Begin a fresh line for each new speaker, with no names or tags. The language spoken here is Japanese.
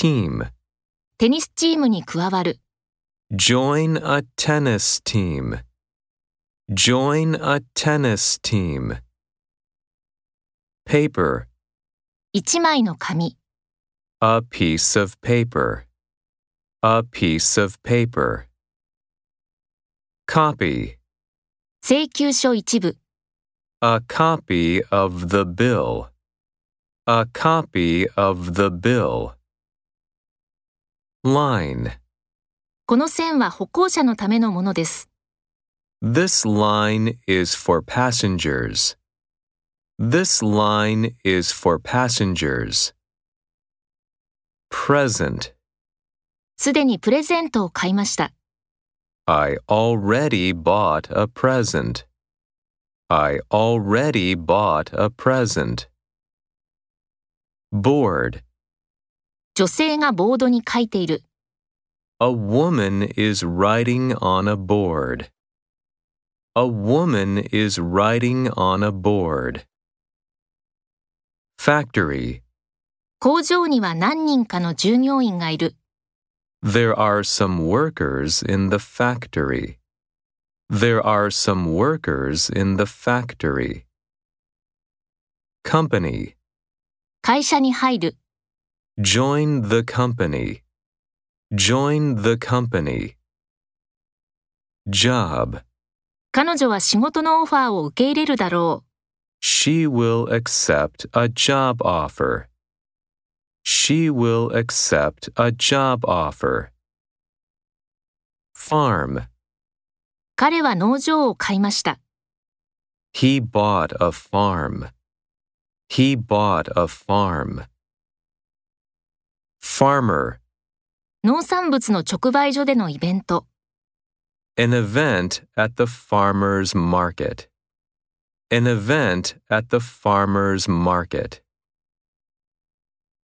team.
テニスチームに加わる、
Join a tennis team. Join a tennis team. Paper.
一枚の紙、
A piece of paper. A piece of paper. Copy.
請求書一部、
A copy of the bill. A copy of the bill. Line.
この線は歩行者のためのものです。
This line is for passengers. This line is for passengers. Present.
すでにプレゼントを買いました。
I already bought a present. I already bought a present. Bored.
女性がボードに書いている。
A woman is riding on a board. A woman is riding on a board. Factory.
工場には何人かの従業員がいる。
There are some workers in the factory. There are some workers in the factory. Company.
会社に入る。
Join the company. Join the company. Job.
彼女は仕事のオファーを受け入れるだろう。
She will accept a job offer. She will accept a job offer. Farm.
彼は農場を買いました。
He bought a farm. He bought a farm. Farmer.
農産物の直売所でのイベント。
An event at the farmer's market. An event at the farmer's market.